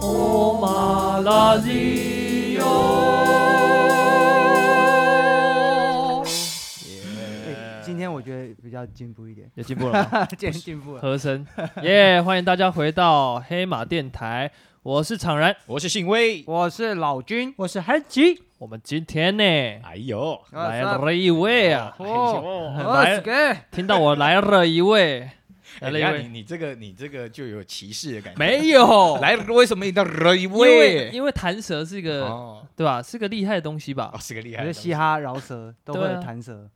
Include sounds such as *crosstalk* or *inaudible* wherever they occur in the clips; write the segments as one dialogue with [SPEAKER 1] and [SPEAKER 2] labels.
[SPEAKER 1] おまらじよ。
[SPEAKER 2] 对今天我觉得比较进步一 *laughs* 点，
[SPEAKER 1] 有进步了吗？
[SPEAKER 2] 今天进步了。
[SPEAKER 1] 和声， *laughs* 耶、欢迎大家回到黑马电台，我是常然。
[SPEAKER 3] 我是信威。
[SPEAKER 2] 我是老君，
[SPEAKER 4] 我是韩吉，
[SPEAKER 1] 我们今天呢，
[SPEAKER 3] 哎呦，哎
[SPEAKER 1] 来了一位啊，
[SPEAKER 2] 哦，
[SPEAKER 1] 来
[SPEAKER 2] 二十个，
[SPEAKER 1] 听到我来了一位，来
[SPEAKER 3] *laughs* 哎
[SPEAKER 1] 了
[SPEAKER 3] 你
[SPEAKER 1] 一
[SPEAKER 3] 看你
[SPEAKER 1] 位，
[SPEAKER 3] 你这个你这个就有歧视的感觉。
[SPEAKER 1] 没有，
[SPEAKER 3] 来，为什么一定要惹一
[SPEAKER 1] 因为
[SPEAKER 3] 位？
[SPEAKER 1] 因为弹舌是一个、
[SPEAKER 3] 哦，
[SPEAKER 1] 对吧，是个厉害的东西吧
[SPEAKER 3] 哦，？是个厉
[SPEAKER 2] 我
[SPEAKER 3] 害
[SPEAKER 2] 觉得
[SPEAKER 3] 的东
[SPEAKER 2] 嘻
[SPEAKER 3] 西。
[SPEAKER 2] 哈饶舌都会
[SPEAKER 1] 对啊
[SPEAKER 2] 弹 *laughs* 舌。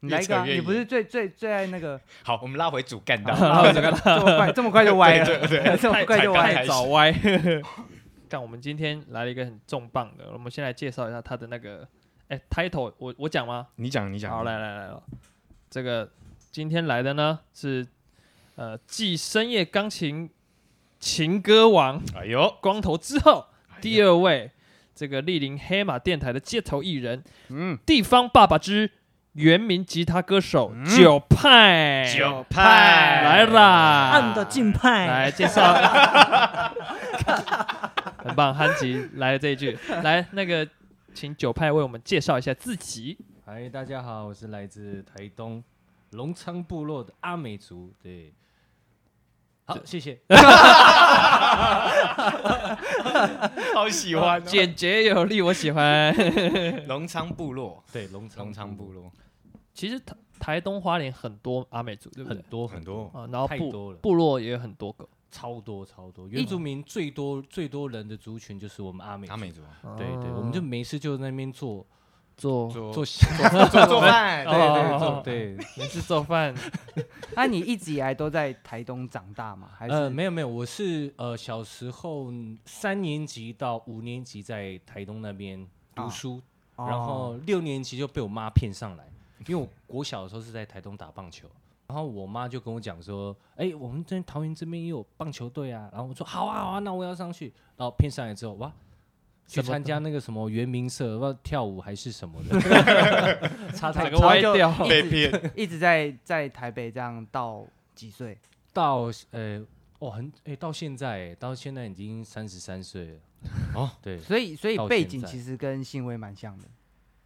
[SPEAKER 2] 你
[SPEAKER 3] 越
[SPEAKER 2] 来一个啊，
[SPEAKER 3] 扯越
[SPEAKER 2] 你不
[SPEAKER 3] 远
[SPEAKER 2] 是最最最爱那 *laughs* 个？
[SPEAKER 3] 好，我们拉回主干道。
[SPEAKER 2] *laughs* 这么 *laughs* 快，这么快就歪了，哎这么快就
[SPEAKER 3] 刚
[SPEAKER 2] 歪了。
[SPEAKER 3] 才
[SPEAKER 1] 太早歪。 *laughs* 但我们今天来了一个很重磅的，我们先来介绍一下他的那个，哎，title，我我讲吗？
[SPEAKER 3] 你讲，你讲。
[SPEAKER 1] 好，来来来了，这个今天来的呢是，呃，继深夜钢琴情歌王
[SPEAKER 3] 哎呦，
[SPEAKER 1] 光头之后，第
[SPEAKER 3] 二
[SPEAKER 1] 二位这个莅临黑马电台的街头艺人，
[SPEAKER 2] 嗯，
[SPEAKER 1] 地方爸爸之原名吉他歌手九派，
[SPEAKER 3] 嗯九派
[SPEAKER 1] 来啦，
[SPEAKER 4] 暗的进派，
[SPEAKER 1] 来介绍， *laughs* 很棒，憨吉来了这一句，来那个，请九派为我们介绍一下自己。
[SPEAKER 5] 嗨，大家好，我是来自台东龙昌部落的阿美族。对，好，谢谢。
[SPEAKER 3] 好喜欢哦。
[SPEAKER 1] 简洁有力，我喜欢。
[SPEAKER 3] 龙昌部落，
[SPEAKER 5] *laughs* 对，龙昌
[SPEAKER 3] 龙昌
[SPEAKER 5] 部
[SPEAKER 3] 部落
[SPEAKER 1] *laughs* 其实台台东花莲很多阿美族，对不
[SPEAKER 5] 很
[SPEAKER 1] 对？
[SPEAKER 5] 多
[SPEAKER 3] 很
[SPEAKER 5] 很
[SPEAKER 3] 多
[SPEAKER 5] 多，
[SPEAKER 1] 啊，然后
[SPEAKER 5] 太
[SPEAKER 1] 部
[SPEAKER 5] 多了
[SPEAKER 1] 部落也有很多个。
[SPEAKER 5] 超多超多。原住民最多最多人的族群就是我们阿美族。啊
[SPEAKER 3] 阿美族
[SPEAKER 5] 对对，我们就没事就在那边做
[SPEAKER 1] 啊做，
[SPEAKER 3] 做
[SPEAKER 5] 做
[SPEAKER 3] 做
[SPEAKER 5] 小
[SPEAKER 3] 做做饭，
[SPEAKER 1] 哦
[SPEAKER 3] 对对
[SPEAKER 1] 哦
[SPEAKER 3] 做
[SPEAKER 1] 哦
[SPEAKER 5] 做对。
[SPEAKER 1] 你是做饭，
[SPEAKER 2] *laughs*
[SPEAKER 1] *laughs*
[SPEAKER 2] 那你一直以来都在台东长大吗？还
[SPEAKER 5] 呃，
[SPEAKER 2] 是
[SPEAKER 5] 没有没有，我是呃小时候嗯三年级到五年级在台东那边
[SPEAKER 2] 啊
[SPEAKER 5] 读书，
[SPEAKER 2] 哦
[SPEAKER 5] 然
[SPEAKER 2] *laughs*
[SPEAKER 5] 后六年级就被我妈骗上来，因为我国小的时候是在台东打棒球，然后我妈就跟我讲说，哎、我们这桃园这边也有棒球队啊，然后我说好啊好啊，那我要上去，然后骗上来之后哇。去
[SPEAKER 1] 什么
[SPEAKER 5] 参加那个什么原民社，不知道跳舞还是什么的， *laughs* 差太
[SPEAKER 1] 整个
[SPEAKER 5] 多。
[SPEAKER 1] 歪
[SPEAKER 2] 就
[SPEAKER 1] 掉。
[SPEAKER 3] 被骗，
[SPEAKER 2] 一直在在台北这样到几岁？
[SPEAKER 5] 到呃，哦，很哎、到现在、到现在已经三十三岁了。哦，对，
[SPEAKER 2] 所以所以
[SPEAKER 5] 到
[SPEAKER 2] 背
[SPEAKER 5] 现
[SPEAKER 2] 景
[SPEAKER 5] 在
[SPEAKER 2] 其实跟新威蛮像的，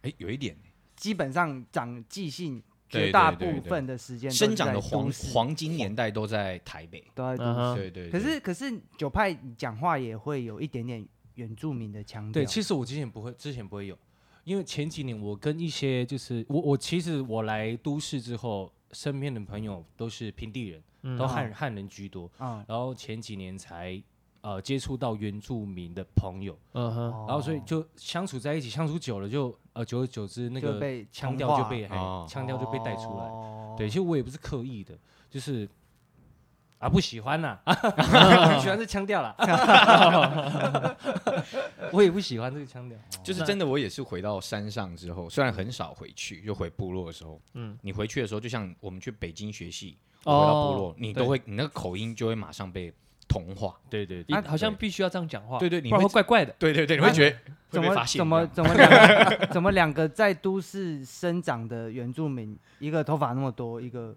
[SPEAKER 3] 哎，有一点
[SPEAKER 2] 基本上长记性绝
[SPEAKER 3] 对对
[SPEAKER 2] 大
[SPEAKER 3] 对
[SPEAKER 2] 部
[SPEAKER 3] 对
[SPEAKER 2] 分的时间都
[SPEAKER 3] 生
[SPEAKER 2] 是
[SPEAKER 3] 长
[SPEAKER 2] 在
[SPEAKER 3] 的
[SPEAKER 2] 都
[SPEAKER 3] 黄
[SPEAKER 2] 市
[SPEAKER 3] 黄金年代都在台北。
[SPEAKER 2] 都在
[SPEAKER 1] *laughs* 嗯
[SPEAKER 2] 都市。
[SPEAKER 1] 哼，
[SPEAKER 3] 对对，
[SPEAKER 2] 可
[SPEAKER 3] 对
[SPEAKER 2] 是可是九派讲话也会有一点点原住民的腔调，
[SPEAKER 5] 对，其实我之前不会，之前不会有，因为前几年我跟一些就是我我其实我来都市之后，身边的朋友都是平地人，
[SPEAKER 1] 嗯
[SPEAKER 5] 都汉汉人居多，
[SPEAKER 2] 啊，
[SPEAKER 5] 然后前几年才呃接触到原住民的朋友，
[SPEAKER 1] 嗯哼，
[SPEAKER 2] 然
[SPEAKER 5] 然后所以就相处在一起，相处久了就呃久而久之那
[SPEAKER 2] 就
[SPEAKER 5] 个
[SPEAKER 2] 被
[SPEAKER 5] 腔
[SPEAKER 2] 同
[SPEAKER 5] 调就
[SPEAKER 2] 化哦
[SPEAKER 5] 被、
[SPEAKER 3] 哦
[SPEAKER 5] 哎腔调就被带出来，
[SPEAKER 2] 来
[SPEAKER 5] 对，其实我也不是刻意的，就是。啊，不喜欢啦， *laughs* 喜欢这腔
[SPEAKER 2] *laughs*
[SPEAKER 5] 调啦， *laughs* 我也不喜欢这个腔调。
[SPEAKER 3] 就是真的，我也是回到山上之后，虽然很少回去，就回部落的时候，
[SPEAKER 1] 嗯
[SPEAKER 3] 嗯，你回去的时候，就像我们去北京学戏，
[SPEAKER 1] 哦
[SPEAKER 3] 我回到部落，你
[SPEAKER 1] 对
[SPEAKER 3] 都会，你那个口音就会马上被同化。
[SPEAKER 5] 对对
[SPEAKER 1] 你
[SPEAKER 5] 对，
[SPEAKER 1] 好像必须要这样讲话，
[SPEAKER 3] 对对你
[SPEAKER 1] 不然
[SPEAKER 3] 会
[SPEAKER 1] 会怪怪的。
[SPEAKER 3] 对对对，你会觉得会
[SPEAKER 2] 怎
[SPEAKER 3] 被
[SPEAKER 2] 么
[SPEAKER 3] 发现
[SPEAKER 2] 怎
[SPEAKER 3] 一
[SPEAKER 2] 么
[SPEAKER 3] 样
[SPEAKER 2] 怎么两个 *laughs* 怎么两个在都市生长的原住民，一个头发那么多，一个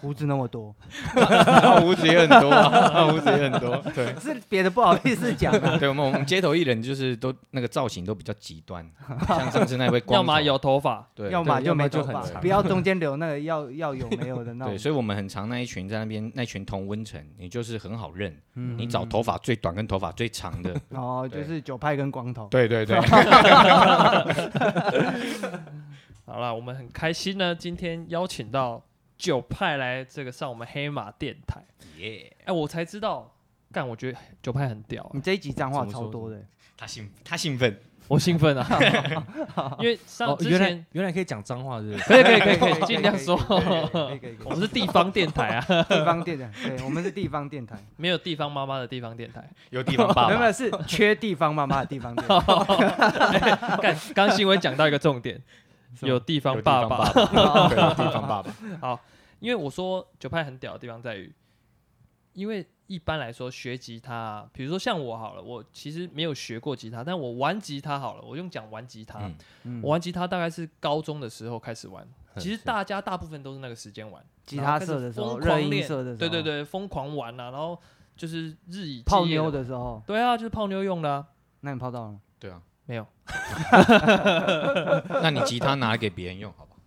[SPEAKER 2] 胡子那么多，
[SPEAKER 3] 烫 *laughs* 胡子也很多啊，烫胡子也很多。对。
[SPEAKER 2] 是别的不好意思讲啊 *laughs*
[SPEAKER 5] *laughs*
[SPEAKER 3] 对，我们我们街头艺人就是都那个造型都比较极端，像上次那位光
[SPEAKER 1] 要
[SPEAKER 3] 头，
[SPEAKER 1] 么有头发，
[SPEAKER 3] 对
[SPEAKER 2] 要么
[SPEAKER 5] 对
[SPEAKER 2] 就
[SPEAKER 5] 要
[SPEAKER 2] 没
[SPEAKER 5] 么就
[SPEAKER 2] 头发
[SPEAKER 5] 很，长
[SPEAKER 2] 不要中间留那个要要有没有的
[SPEAKER 5] *laughs*
[SPEAKER 2] 那
[SPEAKER 3] 对，
[SPEAKER 2] 种。
[SPEAKER 3] 所以我们很常那一群在那边那群同温层，你就是很好认，
[SPEAKER 2] 嗯
[SPEAKER 3] 你找头发最短跟头发最长的，
[SPEAKER 2] 哦，就
[SPEAKER 3] 对
[SPEAKER 2] 是九派跟光头。
[SPEAKER 3] 对对对， *laughs*
[SPEAKER 1] 好了，我们很开心呢，今天邀请到九派来这个上我们黑马电台。
[SPEAKER 3] 耶，
[SPEAKER 1] 哎，我才知道，干，我觉得九派很屌啊、
[SPEAKER 2] *laughs* 你这一集脏话
[SPEAKER 5] 怎么
[SPEAKER 2] 超
[SPEAKER 5] 说
[SPEAKER 2] 多的，
[SPEAKER 3] 他兴他兴奋，
[SPEAKER 1] 我兴奋啊，因为上
[SPEAKER 5] 哦，
[SPEAKER 1] 之
[SPEAKER 5] 原
[SPEAKER 1] 前
[SPEAKER 5] 来原来可以讲脏话，是不是？
[SPEAKER 1] 可以可以可以可
[SPEAKER 2] *laughs*
[SPEAKER 1] 以尽量说，
[SPEAKER 2] 可以可以
[SPEAKER 1] *laughs*
[SPEAKER 2] 可
[SPEAKER 1] 我们是地方电台啊，
[SPEAKER 2] 以，地方电台，对我们是地方电台，
[SPEAKER 1] 没有地方妈妈的地方电台。 *laughs*
[SPEAKER 3] 有地方爸
[SPEAKER 2] *laughs* 没有没有
[SPEAKER 3] 爸，
[SPEAKER 2] 是缺地方妈妈的地方电台。
[SPEAKER 1] 干，刚新闻讲到一个重点，有地方
[SPEAKER 3] 有地
[SPEAKER 1] 爸
[SPEAKER 3] 方
[SPEAKER 1] 爸，
[SPEAKER 3] 爸，对有地方爸爸，
[SPEAKER 1] 因为我说九派很屌的地方在于，因为一般来说学吉他，比如说像我好了，我其实没有学过吉他，但我玩吉他好了，我用讲玩吉他，
[SPEAKER 3] 嗯
[SPEAKER 2] 嗯
[SPEAKER 1] 我玩吉他大概是高中的时候开始玩，
[SPEAKER 3] 嗯
[SPEAKER 1] 其实
[SPEAKER 3] 是
[SPEAKER 1] 大家大部分都是那个时间玩，
[SPEAKER 2] 吉
[SPEAKER 1] 然后
[SPEAKER 2] 他
[SPEAKER 1] 开始
[SPEAKER 2] 社的时候，
[SPEAKER 1] 疯
[SPEAKER 2] 热
[SPEAKER 1] 狂
[SPEAKER 2] 音
[SPEAKER 1] 练
[SPEAKER 2] 社的时候，
[SPEAKER 1] 对对，对，疯狂玩啊，然后就是日以
[SPEAKER 2] 泡
[SPEAKER 1] 继夜地
[SPEAKER 2] 妞
[SPEAKER 1] 玩，
[SPEAKER 2] 的时候，
[SPEAKER 1] 对啊，就是泡妞用的、
[SPEAKER 5] *laughs*
[SPEAKER 1] 啊，
[SPEAKER 2] 那你泡到了吗？
[SPEAKER 3] 对啊，
[SPEAKER 1] 没有，
[SPEAKER 3] *laughs* 那你吉他拿来给别人用好不好？，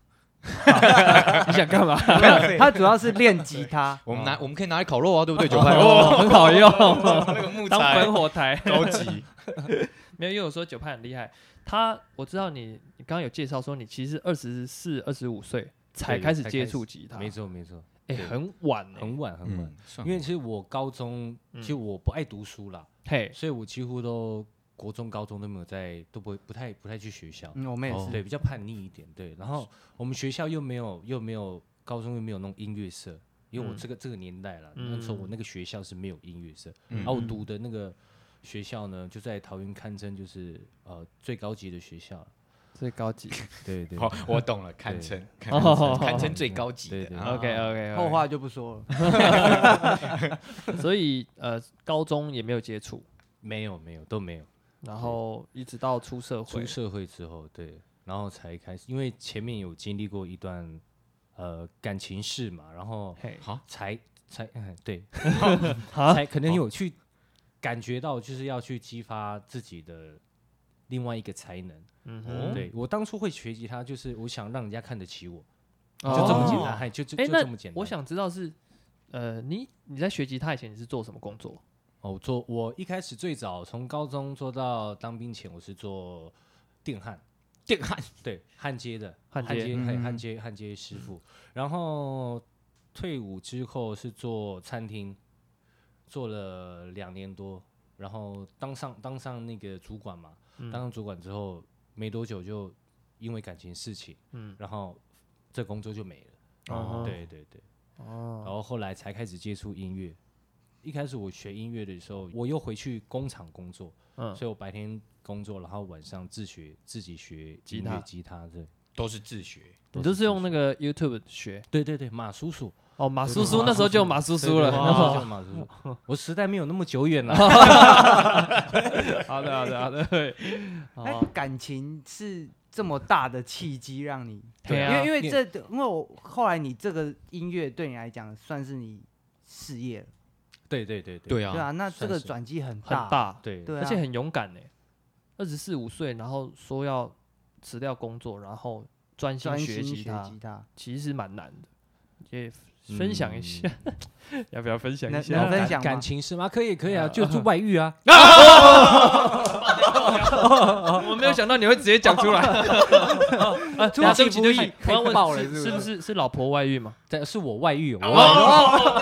[SPEAKER 5] 哎
[SPEAKER 1] 你想干嘛？
[SPEAKER 2] 没有，他主要是练吉他
[SPEAKER 3] 我们
[SPEAKER 1] 哦
[SPEAKER 3] 拿我们可以拿来烤肉啊，对不对？ *laughs* 九
[SPEAKER 5] 哎
[SPEAKER 3] 块
[SPEAKER 1] 哦， *laughs* 很好
[SPEAKER 5] *laughs*
[SPEAKER 1] 用，
[SPEAKER 3] 那个木
[SPEAKER 1] 当烽火台。
[SPEAKER 3] 高级，
[SPEAKER 1] *laughs* 没有，因为我说九派很厉害，他我知道你，你刚刚有介绍说你其实二十四、二十五岁才
[SPEAKER 5] 对
[SPEAKER 1] 开始
[SPEAKER 5] 才
[SPEAKER 1] 接
[SPEAKER 5] 开始
[SPEAKER 1] 触吉他，
[SPEAKER 5] 没错没错，
[SPEAKER 1] 哎、
[SPEAKER 5] 对
[SPEAKER 1] 很晚、欸，
[SPEAKER 5] 很晚很晚。
[SPEAKER 3] 嗯，算
[SPEAKER 5] 因为其实我高中，
[SPEAKER 1] 嗯
[SPEAKER 5] 其实我不爱读书啦，
[SPEAKER 1] 嘿，
[SPEAKER 5] 所以我几乎都国中、高中都没有在，都不会不太不太去学校。
[SPEAKER 2] 嗯，我们也
[SPEAKER 3] 哦
[SPEAKER 2] 是，
[SPEAKER 5] 对，比较叛逆一点。对，然后我们学校又没有又没有高中又没有那种音乐社，因为我
[SPEAKER 1] 嗯
[SPEAKER 5] 这个、这个年代了，那时候我
[SPEAKER 1] 嗯
[SPEAKER 5] 那个学校是没有音乐社，
[SPEAKER 3] 嗯
[SPEAKER 5] 然后我读的那个学校呢，就在桃园堪称就是呃最高级的学校了。
[SPEAKER 1] 最高级。
[SPEAKER 5] 对对
[SPEAKER 3] 好，我懂了，堪称堪
[SPEAKER 1] 哦
[SPEAKER 3] 称堪称最高级
[SPEAKER 5] 对
[SPEAKER 3] 的
[SPEAKER 5] 对
[SPEAKER 3] 啊。
[SPEAKER 1] OK OK，
[SPEAKER 2] 后话就不说了。
[SPEAKER 1] 所以呃，高中也没有接触，
[SPEAKER 5] 没有没有都没有，
[SPEAKER 1] 然后一直到出社
[SPEAKER 5] 出
[SPEAKER 1] 会，
[SPEAKER 5] 社会之后，对，然后才开始，因为前面有经历过一段呃感情事嘛，然后
[SPEAKER 1] 嘿，
[SPEAKER 3] 好，
[SPEAKER 5] 才才嗯对，
[SPEAKER 1] *laughs* 啊
[SPEAKER 5] 才可能有去感觉到，就是要去激发自己的另外一个才能。
[SPEAKER 1] 嗯哼，
[SPEAKER 5] 对我当初会学吉他，就是我想让人家看得起我，
[SPEAKER 1] 哦
[SPEAKER 5] 就这么简单，。还就就
[SPEAKER 1] 哎、
[SPEAKER 5] 就这么简
[SPEAKER 1] 那
[SPEAKER 5] 单。
[SPEAKER 1] 我想知道是呃，你你在学吉他以前你是做什么工作？
[SPEAKER 5] 哦，我做我一开始最早从高中做到当兵前，我是做电焊，
[SPEAKER 3] 电焊
[SPEAKER 5] 对焊接的
[SPEAKER 1] 焊接
[SPEAKER 5] 接
[SPEAKER 2] 嗯
[SPEAKER 5] 焊焊接焊接师
[SPEAKER 1] 嗯
[SPEAKER 5] 傅，然后退伍之后是做餐厅，做了两年多，然后当上当上那个主管嘛，
[SPEAKER 1] 嗯
[SPEAKER 5] 当上主管之后没多久就因为感情事情，
[SPEAKER 1] 嗯，
[SPEAKER 5] 然后这工作就没了。
[SPEAKER 1] 哦
[SPEAKER 5] 对对对，然
[SPEAKER 1] 哦，
[SPEAKER 5] 后后来才开始接触音乐。一开始我学音乐的时候，我又回去工厂工作，
[SPEAKER 1] 嗯，
[SPEAKER 5] 所以我白天工作，然后晚上自学自己学
[SPEAKER 1] 吉
[SPEAKER 5] 音乐
[SPEAKER 1] 他
[SPEAKER 5] 吉他这。
[SPEAKER 3] 都是自学，
[SPEAKER 1] 你都是用那个 YouTube 学
[SPEAKER 5] 对对对，马叔叔，
[SPEAKER 1] 哦，马
[SPEAKER 5] 对
[SPEAKER 1] 叔
[SPEAKER 5] 对
[SPEAKER 1] 叔
[SPEAKER 5] 马
[SPEAKER 1] 那时候
[SPEAKER 5] 叔
[SPEAKER 1] 就有
[SPEAKER 5] 叔
[SPEAKER 1] 马叔叔
[SPEAKER 5] 对对
[SPEAKER 1] 了，*laughs*
[SPEAKER 5] 马叔叔马叔叔，我时代没有那么久远了。
[SPEAKER 1] 好的，好的，好的，对，
[SPEAKER 2] 哎
[SPEAKER 1] 哦 *laughs* 好，
[SPEAKER 2] 感情是这么大的契机让你，
[SPEAKER 1] *laughs* 对
[SPEAKER 2] 因
[SPEAKER 1] 啊
[SPEAKER 2] 为因为
[SPEAKER 5] 练
[SPEAKER 2] 这因为我后来你这个音乐对你来讲算是你事业了，
[SPEAKER 5] 对对对
[SPEAKER 3] 对
[SPEAKER 2] 对
[SPEAKER 3] 啊，
[SPEAKER 2] 啊，那这
[SPEAKER 5] 算
[SPEAKER 2] 个
[SPEAKER 5] 是
[SPEAKER 2] 转机很
[SPEAKER 1] 很
[SPEAKER 2] 大，
[SPEAKER 1] 大，
[SPEAKER 5] 对
[SPEAKER 2] 对啊，
[SPEAKER 1] 而且很勇敢呢。二十四五岁，然后说要辞掉工作，然后专心
[SPEAKER 2] 专心
[SPEAKER 1] 学
[SPEAKER 2] 学
[SPEAKER 1] 吉他，
[SPEAKER 2] 吉他，
[SPEAKER 1] 其实蛮难的。也
[SPEAKER 5] 嗯
[SPEAKER 1] 分享一下， *laughs* 要不要分享
[SPEAKER 2] 能
[SPEAKER 1] 一
[SPEAKER 2] 能
[SPEAKER 1] 下？
[SPEAKER 2] 分
[SPEAKER 5] 感
[SPEAKER 2] 享吗
[SPEAKER 5] 感情是吗？可以可以啊，就是外遇啊。
[SPEAKER 1] *laughs* 我没有想到你会直接讲出来。啊，
[SPEAKER 2] 出
[SPEAKER 1] 那
[SPEAKER 2] 其
[SPEAKER 1] 对起
[SPEAKER 2] 不
[SPEAKER 1] 对起
[SPEAKER 2] 意
[SPEAKER 1] 我要
[SPEAKER 2] 太爆
[SPEAKER 1] 问
[SPEAKER 2] 了
[SPEAKER 1] 是
[SPEAKER 2] 是
[SPEAKER 1] 是
[SPEAKER 2] 不
[SPEAKER 1] 不是是老婆外遇吗？
[SPEAKER 5] 对，是我
[SPEAKER 1] *laughs*
[SPEAKER 5] 外遇，我外遇
[SPEAKER 1] 哦，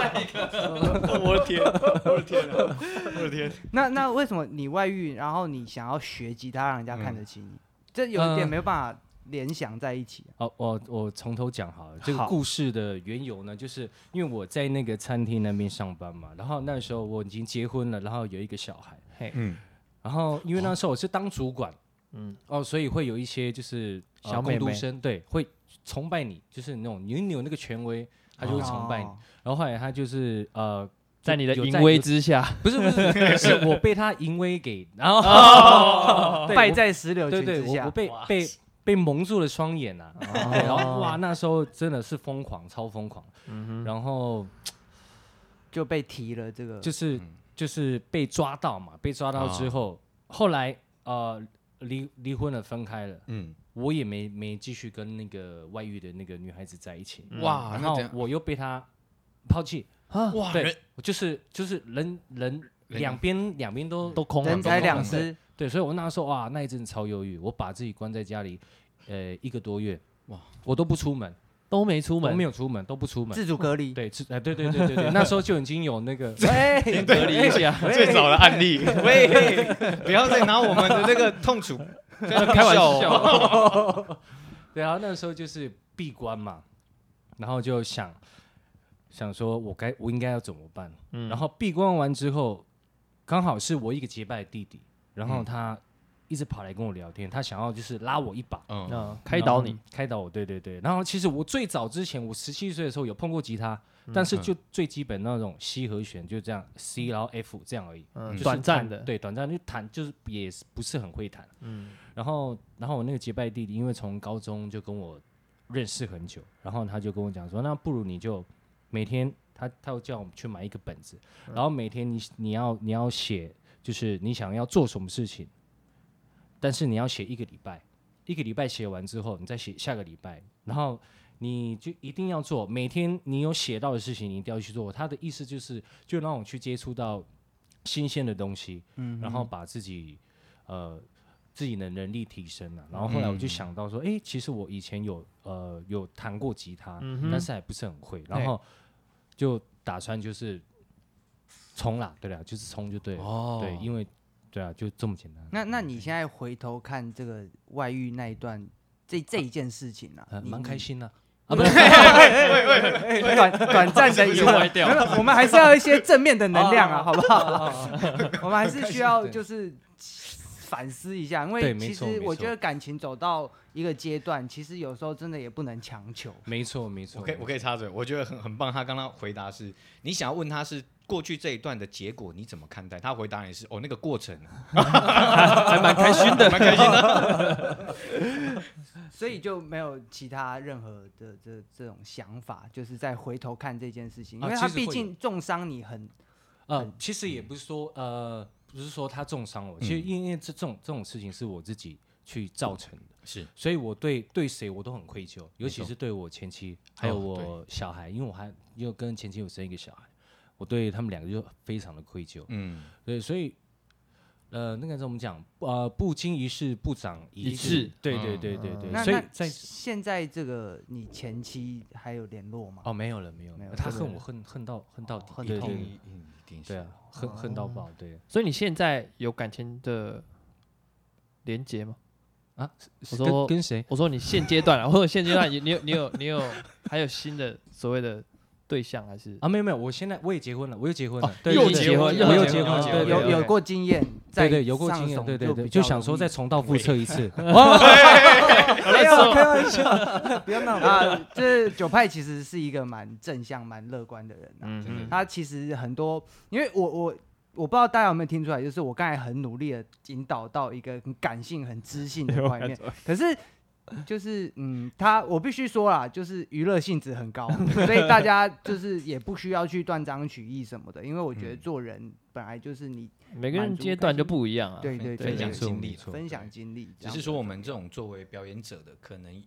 [SPEAKER 3] 我的天，我的天，我的天，
[SPEAKER 2] 那那为什么你外遇，然后你想要学吉他，让人家看
[SPEAKER 1] 嗯
[SPEAKER 2] 得起你？这有一
[SPEAKER 5] 呃
[SPEAKER 2] 点没有办法联想在一起、啊。
[SPEAKER 5] 哦，我我从头讲好了。这个
[SPEAKER 1] 好
[SPEAKER 5] 故事的缘由呢，就是因为我在那个餐厅那边上班嘛，然后那时候我已经结婚了，然后有一个小孩，
[SPEAKER 3] 嗯，
[SPEAKER 5] 然后因为
[SPEAKER 2] 哦
[SPEAKER 5] 那时候我是当主管，
[SPEAKER 1] 嗯
[SPEAKER 5] 嗯，哦，所以会有一些就是、
[SPEAKER 2] 哦
[SPEAKER 5] 呃、
[SPEAKER 1] 小妹妹
[SPEAKER 5] 工读生，对，会崇拜你，就是那种你你有那个权威，他就会崇拜你。
[SPEAKER 2] 哦
[SPEAKER 5] 然后后来他就是呃，
[SPEAKER 1] 在你的
[SPEAKER 5] 有
[SPEAKER 1] 淫
[SPEAKER 5] 在
[SPEAKER 1] 威
[SPEAKER 5] 有
[SPEAKER 1] 之下，
[SPEAKER 5] 不是不
[SPEAKER 2] *laughs*
[SPEAKER 5] 是，是我被他淫威给，然后、 *laughs* 哦对
[SPEAKER 2] 哦败
[SPEAKER 5] 我
[SPEAKER 2] 在石榴
[SPEAKER 5] 对
[SPEAKER 2] 裙
[SPEAKER 5] 对，
[SPEAKER 2] 之
[SPEAKER 5] 我
[SPEAKER 2] 下哦
[SPEAKER 5] 我。被被被蒙住了双眼啊！对，然后哇，那时候真的是疯狂，超疯狂。
[SPEAKER 2] 嗯
[SPEAKER 5] 然后
[SPEAKER 2] 就被提了这个，
[SPEAKER 5] 就是
[SPEAKER 3] 嗯
[SPEAKER 5] 就是被抓到嘛，被抓到之后，后来呃离离婚了，分开了，
[SPEAKER 3] 嗯，
[SPEAKER 5] 我也没没继续跟那个外遇的那个女孩子在一起，
[SPEAKER 3] 哇，啊
[SPEAKER 5] 然
[SPEAKER 3] 那
[SPEAKER 5] 后
[SPEAKER 3] 怎样？
[SPEAKER 5] 我又被他抛弃，
[SPEAKER 3] 哇，
[SPEAKER 5] 对
[SPEAKER 3] 人，
[SPEAKER 5] 就是就是人人
[SPEAKER 3] 人
[SPEAKER 5] 两边两边都
[SPEAKER 1] 都空
[SPEAKER 2] 人
[SPEAKER 1] 了，
[SPEAKER 2] 财
[SPEAKER 3] 都
[SPEAKER 2] 两
[SPEAKER 3] 懂
[SPEAKER 2] 失，
[SPEAKER 5] 对，所以我那时候哇，那一阵超忧郁，我把自己关在家里，呃，一个多月，
[SPEAKER 3] 哇
[SPEAKER 5] 哇，我都不出门，
[SPEAKER 1] 都没出
[SPEAKER 5] 都
[SPEAKER 1] 门
[SPEAKER 5] 没，有出门，都不出门。
[SPEAKER 2] 自主隔离。
[SPEAKER 5] 对，是哎，对对对对对，那时候就已经有那个
[SPEAKER 2] 哎，
[SPEAKER 1] 隔离一
[SPEAKER 2] *laughs*
[SPEAKER 1] 下，
[SPEAKER 3] 最早的案例，喂，不要再拿我们的那个痛楚
[SPEAKER 1] 开玩
[SPEAKER 3] 哦
[SPEAKER 1] 笑。
[SPEAKER 5] 对啊，那时候就是闭关嘛，然后就想想说我该我应该要怎么办，
[SPEAKER 1] 嗯嗯
[SPEAKER 5] 然后闭关完之后，刚好是我一个结拜的弟弟，然后他一直跑来跟我聊天，他想要就是拉我一把，
[SPEAKER 3] 嗯，
[SPEAKER 1] 嗯，开导
[SPEAKER 5] 然
[SPEAKER 1] 你
[SPEAKER 5] 后，，开导我，对对对。然后其实我最早之前，我十七岁的时候有碰过吉他，
[SPEAKER 1] 嗯
[SPEAKER 5] 但是就最基本那种 C 和弦，就这样 C 然后 F 这样而已，
[SPEAKER 1] 嗯
[SPEAKER 5] 就是
[SPEAKER 1] 短暂
[SPEAKER 5] 弹
[SPEAKER 1] 的
[SPEAKER 5] 对，短暂就弹，就是也是不是很会弹。
[SPEAKER 1] 嗯
[SPEAKER 5] 然后，然后我那个结拜弟弟，因为从高中就跟我认识很久，然后他就跟我讲说，那不如你就每天他他又叫我们去买一个本子，
[SPEAKER 1] 嗯
[SPEAKER 5] 然后每天你你要你要写，就是你想要做什么事情，但是你要写一个礼拜，一个礼拜写完之后，你再写下个礼拜，然后你就一定要做，每天你有写到的事情，你一定要去做。他的意思就是，就让我去接触到新鲜的东西，嗯，然后把自己呃自己的能力提升了、然后后来我
[SPEAKER 2] 嗯
[SPEAKER 5] 就想到说，诶，其实我以前有呃有弹过吉他，
[SPEAKER 2] 嗯
[SPEAKER 5] 但是还不是很会，然后就打算就是冲啦，对啦，就是冲就对了，
[SPEAKER 3] 哦
[SPEAKER 5] 对，因为对啊，就这么简单。
[SPEAKER 2] 那那你现在回头看这个外遇那一段，这这一件事情啊
[SPEAKER 5] 呃，
[SPEAKER 2] 你
[SPEAKER 5] 蛮开。心的、
[SPEAKER 2] 你短短暂的一
[SPEAKER 1] 又歪
[SPEAKER 2] 个，
[SPEAKER 1] 掉
[SPEAKER 2] 没有我们还是要一些正面的能量啊，好不好？我们还是需要
[SPEAKER 5] 对
[SPEAKER 2] 就是反思一下，因
[SPEAKER 5] 对
[SPEAKER 2] 为
[SPEAKER 5] 没
[SPEAKER 2] 其
[SPEAKER 5] 错
[SPEAKER 2] 实
[SPEAKER 5] 没
[SPEAKER 2] 我觉
[SPEAKER 5] 错
[SPEAKER 2] 得感情走到一个阶段，其实有时候真的也不能强求。
[SPEAKER 5] 没错，没错。
[SPEAKER 3] 我可以我可以插嘴，我觉得很很棒。他刚刚回答是，你想要问他是过去这一段的结果你怎么看待？他回答也是哦，那个过程啊
[SPEAKER 1] 还蛮开心的，
[SPEAKER 3] 蛮开心的。
[SPEAKER 2] 所以就没有其他任何的这这种想法，就是再回头看这件事情，因
[SPEAKER 5] 啊
[SPEAKER 2] 为它
[SPEAKER 5] 其实会
[SPEAKER 2] 毕
[SPEAKER 5] 有
[SPEAKER 2] 竟重伤你很
[SPEAKER 5] 呃，其实也不是说呃，不是说他重伤哦我，其实因为这这种这种事情是我自己去造成的，
[SPEAKER 3] 是
[SPEAKER 5] 所以我对对谁我都很愧疚，尤其
[SPEAKER 3] 没错
[SPEAKER 5] 是对我前妻还有
[SPEAKER 3] 哦
[SPEAKER 5] 我小孩，因为我还又跟前妻有生一个小孩，我对他们两个就非常的愧疚。
[SPEAKER 3] 嗯，
[SPEAKER 5] 对，所以呃，那个怎么讲？呃，不经一事不长
[SPEAKER 1] 一
[SPEAKER 5] 一
[SPEAKER 1] 智
[SPEAKER 5] 智。对对对对
[SPEAKER 2] 嗯那
[SPEAKER 5] 对，所以
[SPEAKER 2] 那
[SPEAKER 5] 在
[SPEAKER 2] 现在这个你前妻还有联络吗？
[SPEAKER 5] 哦没有了没有了
[SPEAKER 2] 没有，了
[SPEAKER 5] 他
[SPEAKER 2] 对
[SPEAKER 5] 恨我恨恨到恨到
[SPEAKER 2] 哦
[SPEAKER 5] 底，
[SPEAKER 2] 恨
[SPEAKER 5] 对
[SPEAKER 2] 到
[SPEAKER 3] 一定
[SPEAKER 5] 对
[SPEAKER 3] 一定嗯一定是
[SPEAKER 5] 对啊，恨恨到爆，对。
[SPEAKER 1] 所以你现在有感情的连接吗？我
[SPEAKER 5] 跟
[SPEAKER 1] 说
[SPEAKER 5] 跟谁？
[SPEAKER 1] 我说你现阶段啊， *laughs* 或者现阶段你你有你有你有还有新的所谓的对象还是？
[SPEAKER 5] 啊，没有没有，我现在我也结婚了，我又结婚了，对，
[SPEAKER 1] 又
[SPEAKER 5] 对对
[SPEAKER 1] 结婚
[SPEAKER 5] 我
[SPEAKER 1] 又
[SPEAKER 5] 又
[SPEAKER 1] 结
[SPEAKER 5] 结
[SPEAKER 1] 婚又结
[SPEAKER 5] 婚，对对
[SPEAKER 1] 婚
[SPEAKER 2] 有
[SPEAKER 5] 对
[SPEAKER 2] 有过经验，
[SPEAKER 5] 对
[SPEAKER 2] 在
[SPEAKER 5] 对有过
[SPEAKER 2] 上
[SPEAKER 5] 经验，
[SPEAKER 2] 手
[SPEAKER 5] 对对对，
[SPEAKER 2] 比
[SPEAKER 5] 就
[SPEAKER 2] 较
[SPEAKER 5] 想
[SPEAKER 2] 容
[SPEAKER 5] 说
[SPEAKER 2] 易
[SPEAKER 5] 再重蹈覆辙一次，
[SPEAKER 2] 没有开玩
[SPEAKER 3] *laughs*
[SPEAKER 2] 笑，不要闹啊！这九派其实是一个蛮正向、蛮乐观的人啊。
[SPEAKER 1] 嗯
[SPEAKER 3] 真的
[SPEAKER 2] 他其实很多，因为我我我不知道大家有没有听出来，就是我刚才很努力的引导到一个很感性、很知性的块
[SPEAKER 3] 哎
[SPEAKER 2] 面，可是。就是嗯，他我必须说啦，就是娱乐性质很
[SPEAKER 3] *laughs*
[SPEAKER 2] 高，所以大家就是也不需要去断章取义什么的，因为我觉得
[SPEAKER 3] 嗯
[SPEAKER 2] 做人本来就是你
[SPEAKER 1] 每个人阶段就不一样啊。
[SPEAKER 2] 对对对
[SPEAKER 3] 分享
[SPEAKER 2] 对
[SPEAKER 3] 经历
[SPEAKER 5] 没错
[SPEAKER 2] 分享经历，
[SPEAKER 3] 只是说我们这种作为表演者的，可能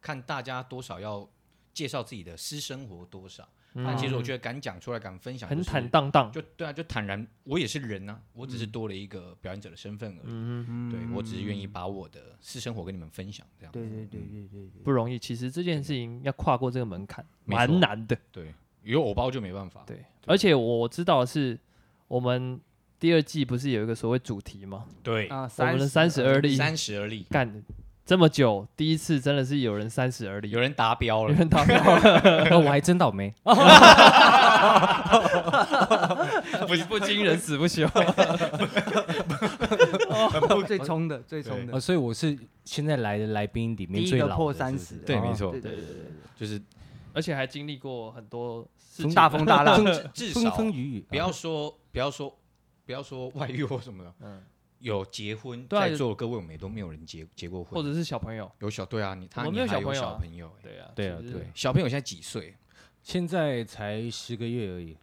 [SPEAKER 3] 看大家多少要介绍自己的私生活多少。
[SPEAKER 2] 嗯
[SPEAKER 3] 但其实我觉得敢讲出来、敢分享，
[SPEAKER 1] 嗯很
[SPEAKER 3] 就是
[SPEAKER 1] 坦荡荡，
[SPEAKER 3] 就对啊，就坦然，我也是人啊，我
[SPEAKER 2] 嗯
[SPEAKER 3] 只是多了一个表演者的身份而已。
[SPEAKER 1] 嗯
[SPEAKER 3] 对我只是愿意把我的私生活跟你们分享，这样。
[SPEAKER 2] 嗯对对对对对
[SPEAKER 1] 不容易。其实这件事情要跨过这个门槛，
[SPEAKER 3] 没
[SPEAKER 1] 蛮
[SPEAKER 3] 错
[SPEAKER 1] 难的。
[SPEAKER 3] 对，有偶包就没办法。
[SPEAKER 1] 对，而且我知道的是我们第二季不是有一个所谓主题吗？
[SPEAKER 3] 对
[SPEAKER 2] 对啊，
[SPEAKER 1] 我们的三十
[SPEAKER 2] *laughs* 32
[SPEAKER 1] 而立，
[SPEAKER 3] 三十而立，
[SPEAKER 1] 干这么久，第一次真的是有人三十而立，
[SPEAKER 3] 有人达标
[SPEAKER 1] 有
[SPEAKER 3] 了，
[SPEAKER 1] 人到了，
[SPEAKER 5] 哦我还真倒霉，
[SPEAKER 1] *laughs* 不不惊人死不休。
[SPEAKER 2] 最冲的最冲
[SPEAKER 5] 哦
[SPEAKER 2] 的，
[SPEAKER 5] 所以我是现在来的来宾里
[SPEAKER 2] 第
[SPEAKER 5] 面
[SPEAKER 2] 一
[SPEAKER 5] 最
[SPEAKER 2] 个
[SPEAKER 5] 老的，
[SPEAKER 2] 破
[SPEAKER 5] 是
[SPEAKER 2] 三
[SPEAKER 5] 不
[SPEAKER 2] 十
[SPEAKER 5] 是
[SPEAKER 2] 的，
[SPEAKER 3] 对，
[SPEAKER 2] 哦
[SPEAKER 3] 没错
[SPEAKER 2] 对，对对
[SPEAKER 3] 就是
[SPEAKER 1] 而且还经历过很多事
[SPEAKER 2] 对，
[SPEAKER 1] 情，
[SPEAKER 2] 大风大浪，
[SPEAKER 3] 至
[SPEAKER 5] 风
[SPEAKER 3] 少
[SPEAKER 5] 风雨啊雨，
[SPEAKER 3] 不要说不要说不要说外遇或什么的，
[SPEAKER 1] 嗯
[SPEAKER 3] 有结婚，
[SPEAKER 1] 对啊
[SPEAKER 3] 在
[SPEAKER 1] 有
[SPEAKER 3] 座的各位我们也都没有人结结过
[SPEAKER 1] 或
[SPEAKER 3] 婚，
[SPEAKER 1] 者是小朋友，
[SPEAKER 3] 有小对啊，你他
[SPEAKER 1] 我
[SPEAKER 3] 你
[SPEAKER 1] 没有
[SPEAKER 3] 还
[SPEAKER 1] 小朋友啊
[SPEAKER 3] 小朋友欸，
[SPEAKER 1] 对啊，
[SPEAKER 5] 对啊
[SPEAKER 1] 其实
[SPEAKER 5] 对
[SPEAKER 3] 小朋友现在几岁？
[SPEAKER 5] 现在才十个月而已，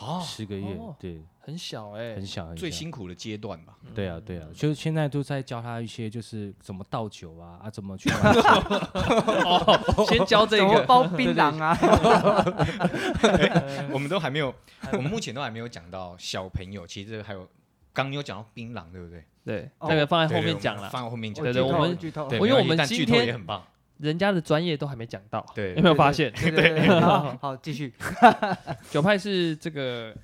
[SPEAKER 3] 哦，
[SPEAKER 5] 十个月
[SPEAKER 1] 哦，
[SPEAKER 5] 对，
[SPEAKER 1] 很小嗯哎
[SPEAKER 5] 很，小很小
[SPEAKER 3] 最辛苦的阶段吧。
[SPEAKER 5] 对啊，对啊，就是现在都在教他一些，就是怎么倒酒啊，啊，怎么去玩酒啊
[SPEAKER 1] *laughs* 先教这 *laughs*
[SPEAKER 2] 怎么
[SPEAKER 1] 个，
[SPEAKER 2] 包槟榔啊？
[SPEAKER 3] 我们都还没有，我们目前都还没有讲到小朋友，其实这个还有刚你有讲到槟榔，对不对？
[SPEAKER 1] 对，
[SPEAKER 2] 哦
[SPEAKER 1] 那个放在
[SPEAKER 3] 对
[SPEAKER 1] 后
[SPEAKER 3] 对
[SPEAKER 1] 面
[SPEAKER 3] 我们
[SPEAKER 1] 讲了，
[SPEAKER 3] 放到后面讲。
[SPEAKER 1] 对对
[SPEAKER 2] 剧
[SPEAKER 1] 我
[SPEAKER 2] 透
[SPEAKER 1] 们
[SPEAKER 2] 剧透
[SPEAKER 3] 对，
[SPEAKER 1] 我因为
[SPEAKER 3] 没关系
[SPEAKER 1] 我们
[SPEAKER 3] 但
[SPEAKER 1] 今
[SPEAKER 3] 剧透
[SPEAKER 1] 天
[SPEAKER 3] 也很棒，
[SPEAKER 1] 人家的专业都还没讲到，
[SPEAKER 3] *laughs* 对
[SPEAKER 1] 有没有发现？
[SPEAKER 2] 对对对，好好继续。
[SPEAKER 1] 九派是这个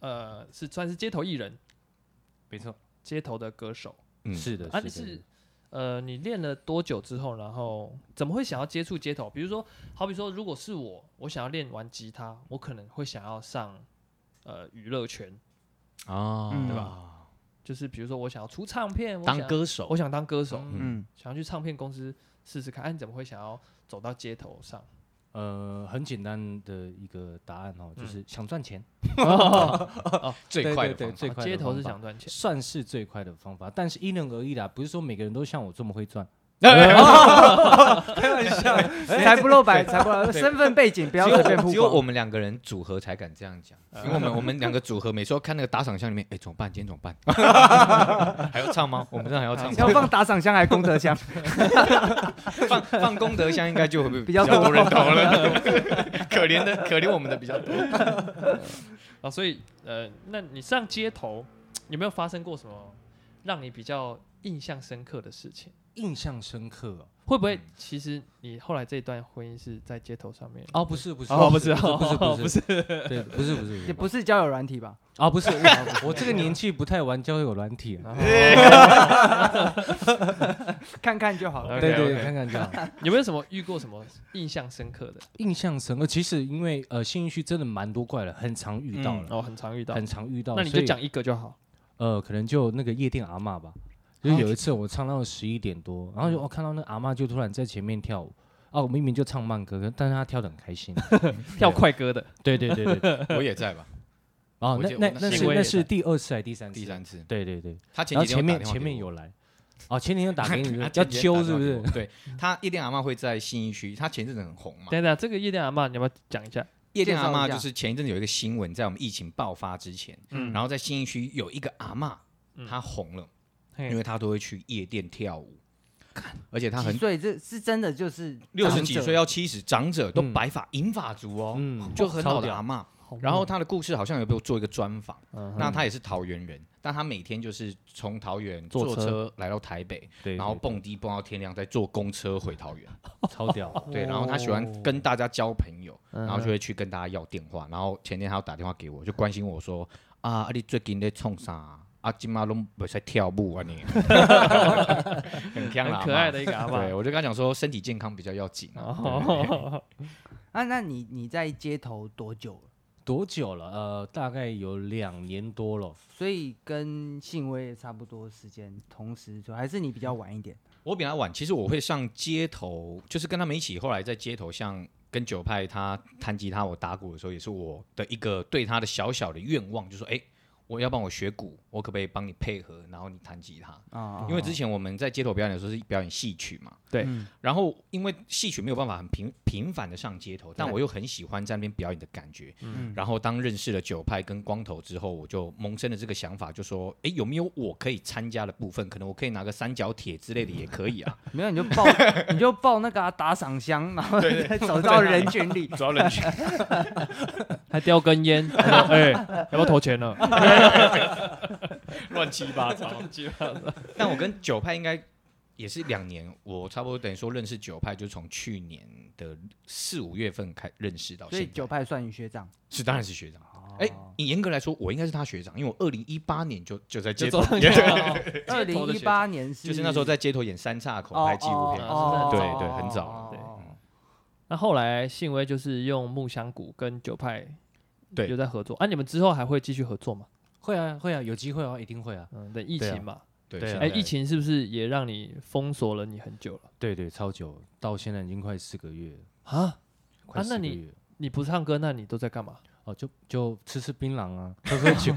[SPEAKER 1] 呃，是算是街头艺人，
[SPEAKER 5] 没错，
[SPEAKER 1] 街头的歌手
[SPEAKER 3] 嗯
[SPEAKER 5] 是的，
[SPEAKER 1] 啊，
[SPEAKER 5] 的
[SPEAKER 1] 你是。呃，你练了多久之后，然后怎么会想要接触街头？比如说，好比说，如果是我，我想要练完吉他，我可能会想要上呃娱乐圈，
[SPEAKER 3] 啊
[SPEAKER 2] 嗯
[SPEAKER 1] 对
[SPEAKER 3] 对
[SPEAKER 1] 吧
[SPEAKER 3] 吧？
[SPEAKER 1] 就是比如说我想要出唱片，我
[SPEAKER 3] 当
[SPEAKER 1] 想
[SPEAKER 3] 歌手
[SPEAKER 1] 我想当歌手，
[SPEAKER 3] 嗯
[SPEAKER 2] 嗯，
[SPEAKER 1] 想要去唱片公司试试看，哎、你怎么会想要走到街头上？
[SPEAKER 5] 呃，很简单的一个答案哦，就是想赚钱，
[SPEAKER 3] 最快的方法
[SPEAKER 5] 最快的
[SPEAKER 1] 啊街头是
[SPEAKER 5] 方法
[SPEAKER 1] 想赚钱，
[SPEAKER 5] 算是最快的方法，但是因人而异啦，不是说每个人都像我这么会赚。
[SPEAKER 2] 开玩笑，嗯 *laughs* 才不露白，才不露白身份背景不要
[SPEAKER 3] 只
[SPEAKER 2] 随便
[SPEAKER 3] 有
[SPEAKER 2] 曝
[SPEAKER 3] 只有我
[SPEAKER 2] 光。
[SPEAKER 3] 们两个人组合才敢这样讲，因为我们我们两个组合每次都看那个打赏箱里面，哎，怎么办？今天怎么办？还要唱吗？我们这还要唱
[SPEAKER 2] *laughs* 要
[SPEAKER 3] 吗？
[SPEAKER 2] 放打赏箱还是功德箱？
[SPEAKER 3] 放放功德箱应该就会
[SPEAKER 2] 比较多
[SPEAKER 3] 多人投了，可怜的可怜我们的比较多。
[SPEAKER 1] 啊，所以呃，那你上街头有没有发生过什么让你比较印象深刻的事情？
[SPEAKER 5] 印象深刻哦，
[SPEAKER 1] 会不会其实你后来这段婚姻是在街头上面？
[SPEAKER 5] *laughs* 哦不是不是
[SPEAKER 1] 哦
[SPEAKER 5] 不
[SPEAKER 1] 不是
[SPEAKER 5] 不是
[SPEAKER 1] 哦
[SPEAKER 5] 不是不是，对不是不是
[SPEAKER 2] 也不是交友软体吧？
[SPEAKER 5] 啊不是， *laughs* 我我这个年纪不太玩交友软体啊，
[SPEAKER 2] 看看就好了。
[SPEAKER 1] OK，OK
[SPEAKER 5] 对对，看看这样，
[SPEAKER 1] *laughs* 有没有什么遇过什么印象深刻的？
[SPEAKER 5] 印象深刻。其实因为呃信义区真的蛮多怪人，很常遇到了，
[SPEAKER 1] 哦，很常遇到
[SPEAKER 5] 很。常嗯遇到。
[SPEAKER 1] 那你
[SPEAKER 5] 所
[SPEAKER 1] 就
[SPEAKER 5] 以
[SPEAKER 1] 讲一个就好。
[SPEAKER 5] 呃，可能就那个夜店阿嬷吧，就是有一次我唱到十一点多，然后就我、哦看到那个阿嬷就突然在前面跳舞，哦、我明明就唱慢歌，但是她跳得很开心。
[SPEAKER 1] 跳快歌的，
[SPEAKER 5] 对对对对对，
[SPEAKER 3] 我也在吧，
[SPEAKER 5] 哦
[SPEAKER 3] 我，
[SPEAKER 5] 那
[SPEAKER 3] 记得
[SPEAKER 5] 那
[SPEAKER 3] 我
[SPEAKER 5] 那
[SPEAKER 1] 那
[SPEAKER 5] 是
[SPEAKER 1] 我也
[SPEAKER 5] 那
[SPEAKER 1] 在
[SPEAKER 5] 是第二次还是第三次？
[SPEAKER 3] 第。三次，
[SPEAKER 5] 对对对，
[SPEAKER 3] 他前
[SPEAKER 5] 然后
[SPEAKER 3] 几天有打
[SPEAKER 5] 前面
[SPEAKER 3] 电话
[SPEAKER 5] 前面
[SPEAKER 3] 给我
[SPEAKER 5] 有来，哦，前几天有打给你
[SPEAKER 3] *laughs* 他
[SPEAKER 5] 了，
[SPEAKER 3] 前
[SPEAKER 5] 要
[SPEAKER 3] 几天
[SPEAKER 5] 揪
[SPEAKER 3] 打
[SPEAKER 5] 是
[SPEAKER 3] 电话给
[SPEAKER 5] 不是
[SPEAKER 3] 我？对他夜店阿嬷会在信义区，他前阵子很红嘛。
[SPEAKER 1] 等一下这个夜店阿嬷，你要不要讲一下？
[SPEAKER 3] 夜店阿
[SPEAKER 2] 介绍
[SPEAKER 3] 嬷
[SPEAKER 2] 一下
[SPEAKER 3] 就是前一阵子有一个新闻，在我们疫情爆发之前，
[SPEAKER 2] 嗯
[SPEAKER 3] 然后在新义区有一个阿嬷，
[SPEAKER 1] 嗯
[SPEAKER 3] 她红了，
[SPEAKER 1] 嘿
[SPEAKER 3] 因为她都会去夜店跳舞，而且她
[SPEAKER 2] 几
[SPEAKER 3] 很
[SPEAKER 2] 岁？这是真的就是
[SPEAKER 3] 六十
[SPEAKER 2] 长
[SPEAKER 3] 几
[SPEAKER 2] 者
[SPEAKER 3] 岁啊要七十，长者都
[SPEAKER 5] 嗯
[SPEAKER 3] 白发银发族哦，
[SPEAKER 5] 嗯，
[SPEAKER 3] 就很
[SPEAKER 5] 超
[SPEAKER 3] 老的
[SPEAKER 5] 屌
[SPEAKER 3] 阿嬷。
[SPEAKER 1] 好
[SPEAKER 3] 然后
[SPEAKER 1] 猛
[SPEAKER 3] 她的故事好像有被我做一个专访，
[SPEAKER 5] 嗯哼
[SPEAKER 3] 那她也是桃园人，但她每天就是从桃园
[SPEAKER 5] 坐
[SPEAKER 3] 坐
[SPEAKER 5] 车
[SPEAKER 3] 车来到台北，
[SPEAKER 5] 对，
[SPEAKER 3] 然后
[SPEAKER 5] 对
[SPEAKER 3] 蹦迪蹦到天亮，再坐公车回桃园。
[SPEAKER 5] 对超
[SPEAKER 3] *laughs*
[SPEAKER 5] 屌，
[SPEAKER 3] 对，然后他喜欢跟大家交朋友，然后
[SPEAKER 1] 哦嗯
[SPEAKER 3] 就会去跟大家要电话。然后前天他要打电话给我，就关心我说：“啊，啊你最近在冲啥啊？啊，今妈拢不在跳舞啊你。”很强啦，
[SPEAKER 1] 很可爱的一个阿
[SPEAKER 3] 阿
[SPEAKER 1] 嬷
[SPEAKER 3] 嬷。对，我就跟他讲说，身体健康比较要紧啊。
[SPEAKER 1] *laughs* 哦，
[SPEAKER 2] 啊？那你你在街头多久了？
[SPEAKER 5] 多久了？呃，大概有两年多了。
[SPEAKER 2] 所以跟信威也差不多时间，同时就还是你比较晚一点。
[SPEAKER 3] 我比他晚，其实我会上街头，就是跟他们一起。后来在街头，像跟九派他弹吉他，我打鼓的时候，也是我的一个对他的小小的愿望，就说：“哎、我要帮我学鼓，我可不可以帮你配合，然后你弹吉他？”
[SPEAKER 2] 啊，
[SPEAKER 3] 因
[SPEAKER 1] 哦
[SPEAKER 3] 为之前我们在街头表演的时候是表演戏曲嘛，
[SPEAKER 1] 对
[SPEAKER 2] 嗯
[SPEAKER 3] 然后因为戏曲没有办法很频频繁的上街头，但
[SPEAKER 2] 对
[SPEAKER 3] 我又很喜欢在那边表演的感觉。
[SPEAKER 2] 嗯
[SPEAKER 3] 然后当认识了九派跟光头之后，我就萌生了这个想法，就说：诶，有没有我可以参加的部分？可能我可以拿个三角铁之类的也可以
[SPEAKER 2] *laughs*
[SPEAKER 3] 啊。
[SPEAKER 2] 没有你就报你就报那个、啊、打赏箱，然后再走到人群
[SPEAKER 3] *laughs*
[SPEAKER 2] 里。
[SPEAKER 3] 主要人群
[SPEAKER 1] 还叼根烟，他说哎，要不要投钱了？
[SPEAKER 3] 乱七八糟，但我跟九派应该也是两年，我差不多等于说认识九派，就从去年的四五月份开认识到
[SPEAKER 2] 所
[SPEAKER 3] 现
[SPEAKER 2] 以
[SPEAKER 3] 在。
[SPEAKER 2] 九派算你学长。
[SPEAKER 3] 是当然是学长。
[SPEAKER 2] 哦
[SPEAKER 3] 哎、你严格来说，我应该是他学长，因为我二零一八年就就在街
[SPEAKER 1] 就
[SPEAKER 3] 头
[SPEAKER 1] 走上
[SPEAKER 3] *laughs*
[SPEAKER 1] 去
[SPEAKER 3] 演，
[SPEAKER 1] 了，
[SPEAKER 2] 二
[SPEAKER 1] 街头
[SPEAKER 2] 零
[SPEAKER 1] 的
[SPEAKER 2] 一
[SPEAKER 1] 学长
[SPEAKER 2] 八年是
[SPEAKER 3] 就是那时候在街头演三岔口
[SPEAKER 2] 哦
[SPEAKER 3] 拍纪录片，
[SPEAKER 1] 啊
[SPEAKER 2] 哦
[SPEAKER 3] 对
[SPEAKER 1] 是
[SPEAKER 3] 对，很早了。
[SPEAKER 1] 对
[SPEAKER 2] 了。
[SPEAKER 1] *laughs* 那后来信威就是用木香谷跟九派
[SPEAKER 3] 对
[SPEAKER 1] 有在合作啊，你们之后还会继续合作吗？
[SPEAKER 5] 会啊会啊，有机会啊，一定会啊。
[SPEAKER 1] 嗯，等疫
[SPEAKER 5] 对啊
[SPEAKER 1] 情嘛，
[SPEAKER 3] 对
[SPEAKER 5] 对啊
[SPEAKER 3] 现
[SPEAKER 1] 哎，
[SPEAKER 3] 在
[SPEAKER 1] 疫情是不是也让你封锁了你很久了
[SPEAKER 5] 对对，超久，到现在已经快四个月了，
[SPEAKER 1] 啊？
[SPEAKER 5] 快
[SPEAKER 1] 啊
[SPEAKER 5] 四
[SPEAKER 1] 那
[SPEAKER 5] 个
[SPEAKER 1] 你
[SPEAKER 5] 月了。
[SPEAKER 1] 你不唱歌，那你都在干嘛？ *laughs*
[SPEAKER 5] 哦，就就吃吃槟榔啊，喝喝酒，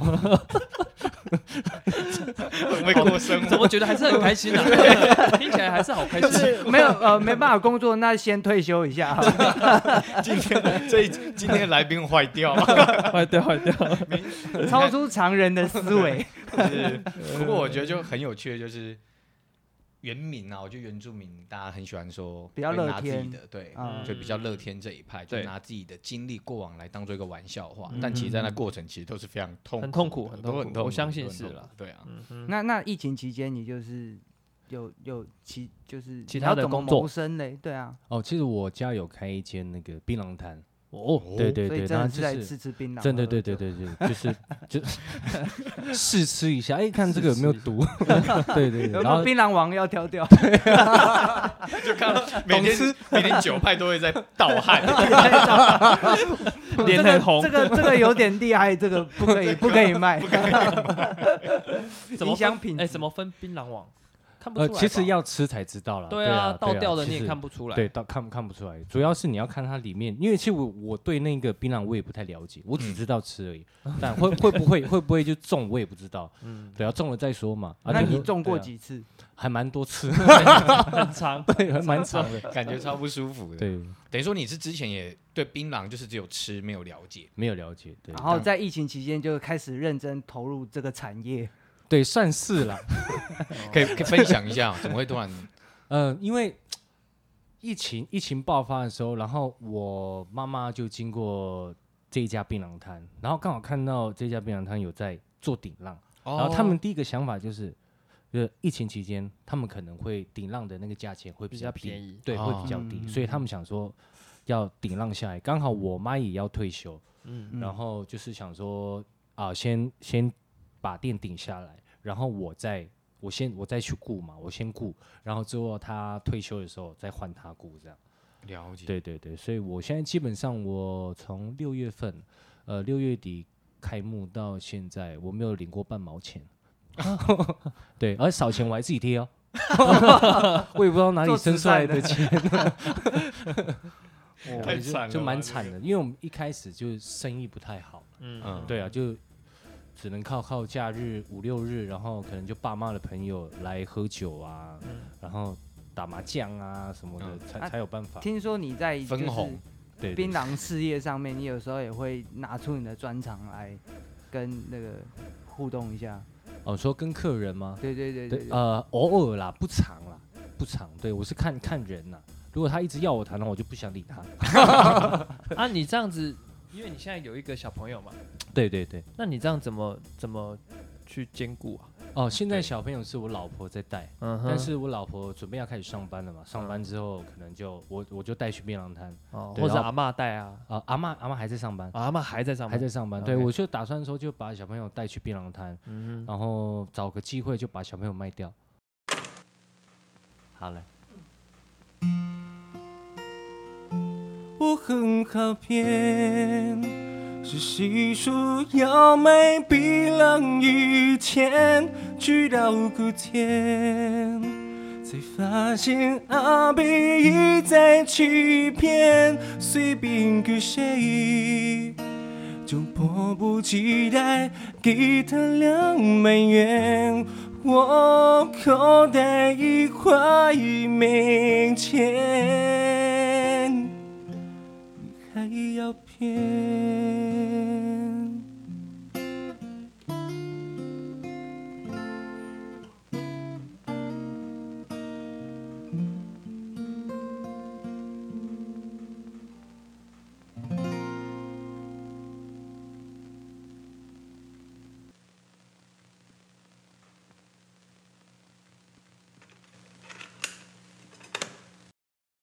[SPEAKER 3] 很会过生
[SPEAKER 1] 怎
[SPEAKER 3] 活。
[SPEAKER 1] 么觉得还是很开心啊？听起来还是好开心。
[SPEAKER 2] 没有呃，没办法工作，那先退休一下好了。
[SPEAKER 3] *laughs* 今天这一集今天来宾坏掉了， *laughs*
[SPEAKER 1] 坏掉，坏掉。
[SPEAKER 2] 超出常人的思维。
[SPEAKER 3] 就是不过我觉得就很有趣的就是。原民啊，我觉得原住民大家很喜欢说
[SPEAKER 2] 比较乐
[SPEAKER 3] 会拿自己
[SPEAKER 2] 天
[SPEAKER 3] 的，对，
[SPEAKER 2] 嗯
[SPEAKER 3] 就比较乐天这一派，就
[SPEAKER 1] 对
[SPEAKER 3] 拿自己的经历过往来当做一个玩笑话
[SPEAKER 1] 嗯，
[SPEAKER 3] 但其实在那过程其实都是非常痛苦的，
[SPEAKER 1] 很痛苦很痛
[SPEAKER 3] 都
[SPEAKER 1] 苦
[SPEAKER 3] 很痛苦，
[SPEAKER 1] 我相信
[SPEAKER 3] 都很
[SPEAKER 1] 是
[SPEAKER 3] 痛苦
[SPEAKER 1] 啦，
[SPEAKER 3] 对啊，
[SPEAKER 1] 嗯哼，
[SPEAKER 2] 那那疫情期间，你就是有有其就是
[SPEAKER 1] 其
[SPEAKER 2] 你
[SPEAKER 1] 他
[SPEAKER 2] 要
[SPEAKER 1] 的
[SPEAKER 2] 怎么
[SPEAKER 1] 工作
[SPEAKER 2] 谋生嘞？对啊，
[SPEAKER 5] 哦，其实我家有开一间那个槟榔摊，哦，对对
[SPEAKER 2] 所以
[SPEAKER 5] 对，
[SPEAKER 2] 真的
[SPEAKER 5] 那
[SPEAKER 2] 是
[SPEAKER 5] 就
[SPEAKER 2] 在
[SPEAKER 5] 是
[SPEAKER 2] 吃吃槟榔。
[SPEAKER 5] 真的，
[SPEAKER 2] 喝
[SPEAKER 5] 对
[SPEAKER 2] 喝
[SPEAKER 5] 对
[SPEAKER 2] 酒，
[SPEAKER 5] 对对，就是就
[SPEAKER 1] *laughs*
[SPEAKER 5] 试吃一下，哎，看这个有没有
[SPEAKER 1] 试吃
[SPEAKER 5] 毒？ *laughs* 对对对，
[SPEAKER 2] 有
[SPEAKER 5] 然
[SPEAKER 2] 没有
[SPEAKER 5] 后
[SPEAKER 2] 槟榔王要挑掉？
[SPEAKER 3] *laughs* 就看到
[SPEAKER 2] *laughs*
[SPEAKER 3] 每天每天九派都会在盗汗， *laughs*
[SPEAKER 1] *laughs* 脸很红
[SPEAKER 2] 这，个这个有点厉害，这个不可以不可以卖， *laughs*
[SPEAKER 1] 怎么
[SPEAKER 2] 影响
[SPEAKER 1] 分
[SPEAKER 2] 品
[SPEAKER 1] 哎，
[SPEAKER 2] 质
[SPEAKER 1] 怎么分槟榔王？看不出
[SPEAKER 5] 呃，
[SPEAKER 1] 来吧。
[SPEAKER 5] 其实要吃才知道了。
[SPEAKER 1] 对
[SPEAKER 5] 啊
[SPEAKER 1] 啊，，倒掉的你也看
[SPEAKER 5] 不
[SPEAKER 1] 不出来。
[SPEAKER 5] 对，倒看看不出来，主要是你要看它里面，因为其实我我对那个槟榔我也不太了解，我
[SPEAKER 1] 嗯
[SPEAKER 5] 只知道吃
[SPEAKER 1] *laughs*
[SPEAKER 5] 而已，但会会不会会不会就中我也不知道，
[SPEAKER 1] 嗯，
[SPEAKER 5] 对啊，中了再说嘛。啊
[SPEAKER 2] 那
[SPEAKER 5] 就是
[SPEAKER 2] 你中过
[SPEAKER 5] 对啊
[SPEAKER 2] 几次？
[SPEAKER 5] 还蛮多次，
[SPEAKER 1] 很长。
[SPEAKER 5] *laughs* 对，还蛮长
[SPEAKER 1] *laughs*
[SPEAKER 5] 的。
[SPEAKER 3] 感觉超不舒服的。
[SPEAKER 5] 对，
[SPEAKER 3] 等于说你是之前也对槟榔就是只有吃没有了解，
[SPEAKER 5] 没有了解，对啊
[SPEAKER 2] 然后在疫情期间就开始认真投入这个产业，
[SPEAKER 5] 对，算是啦。哦
[SPEAKER 3] 可以可以分享一下哦怎么会突然
[SPEAKER 5] 嗯，因为疫情疫情爆发的时候，然后我妈妈就经过这一家槟榔摊，然后刚好看到这家槟榔摊有在做顶浪， *laughs* 然后他
[SPEAKER 1] 哦
[SPEAKER 5] 们第一个想法就是，就是疫情期间他们可能会顶浪的那个价钱会
[SPEAKER 1] 比
[SPEAKER 5] 较
[SPEAKER 1] 较
[SPEAKER 5] 低
[SPEAKER 1] 便宜哦
[SPEAKER 5] 对，会比较低，所以他们想说要顶浪下来。刚好我妈也要退休，
[SPEAKER 1] 嗯，
[SPEAKER 5] 然后就是想说啊、先先把店顶下来，然后我再我先我再去雇嘛，我先雇，然后之后他退休的时候再换他雇这样。
[SPEAKER 3] 哦了解？
[SPEAKER 5] 对对对，所以我现在基本上我从六月份，呃六月底开幕到现在，我没有领过半毛 *laughs* 钱。对，而少钱我还自己贴 *laughs* 哦，我也不知道哪里
[SPEAKER 2] 做慈
[SPEAKER 5] 生出来
[SPEAKER 2] 善的
[SPEAKER 5] 的钱， *laughs*
[SPEAKER 2] 哦
[SPEAKER 3] 太
[SPEAKER 5] 就
[SPEAKER 3] 惨了
[SPEAKER 5] 就
[SPEAKER 3] 吧
[SPEAKER 5] 蛮
[SPEAKER 3] 这
[SPEAKER 5] 惨的，因为我们一开始就是生意不太好，
[SPEAKER 3] 嗯，
[SPEAKER 5] 对啊，就只能靠靠假日五六日，然后可能就爸妈的朋友来喝酒啊，然后打麻将啊什么的，
[SPEAKER 3] 嗯
[SPEAKER 5] 才
[SPEAKER 2] 啊
[SPEAKER 5] 才有办法。
[SPEAKER 2] 听说你在就
[SPEAKER 3] 分
[SPEAKER 2] 是
[SPEAKER 3] 红
[SPEAKER 5] 对，对
[SPEAKER 2] 槟榔事业上面，你有时候也会拿出你的专长来跟那个互动一下。
[SPEAKER 5] 哦，说跟客人吗？
[SPEAKER 2] 对对对
[SPEAKER 5] 对
[SPEAKER 2] 对，，
[SPEAKER 5] 呃，偶尔啦，不长啦，不长。对我是看看人呐，如果他一直要我谈，那我就不想理他。
[SPEAKER 1] 啊，你这样子，因为你现在有一个小朋友嘛，
[SPEAKER 5] 对对对，
[SPEAKER 1] 那你这样怎么怎么去兼顾啊？
[SPEAKER 5] 哦，现在
[SPEAKER 3] 对
[SPEAKER 5] 小朋友是我老婆在带，
[SPEAKER 1] 嗯哼，
[SPEAKER 5] 但是我老婆准备要开始上班了嘛，上班之后可能就我我就带去槟榔摊。
[SPEAKER 1] 哦，
[SPEAKER 5] 对
[SPEAKER 1] 或者
[SPEAKER 5] 然
[SPEAKER 1] 阿
[SPEAKER 5] 后
[SPEAKER 1] 嬷带啊，
[SPEAKER 5] 啊，阿妈阿妈还在上班，
[SPEAKER 1] 啊阿嬷还在上
[SPEAKER 5] 还
[SPEAKER 1] 班，
[SPEAKER 5] 在上班。对
[SPEAKER 1] OK
[SPEAKER 5] 我就打算说就把小朋友带去槟榔摊，
[SPEAKER 1] 嗯哼，
[SPEAKER 5] 然后找个机会就把小朋友卖掉。好了。我很好骗，是谁说要卖槟榔以前去到古田，才发现阿贝一再欺骗，随便给谁。就迫不及待给他两美元，我口袋一块没钱，你还要骗？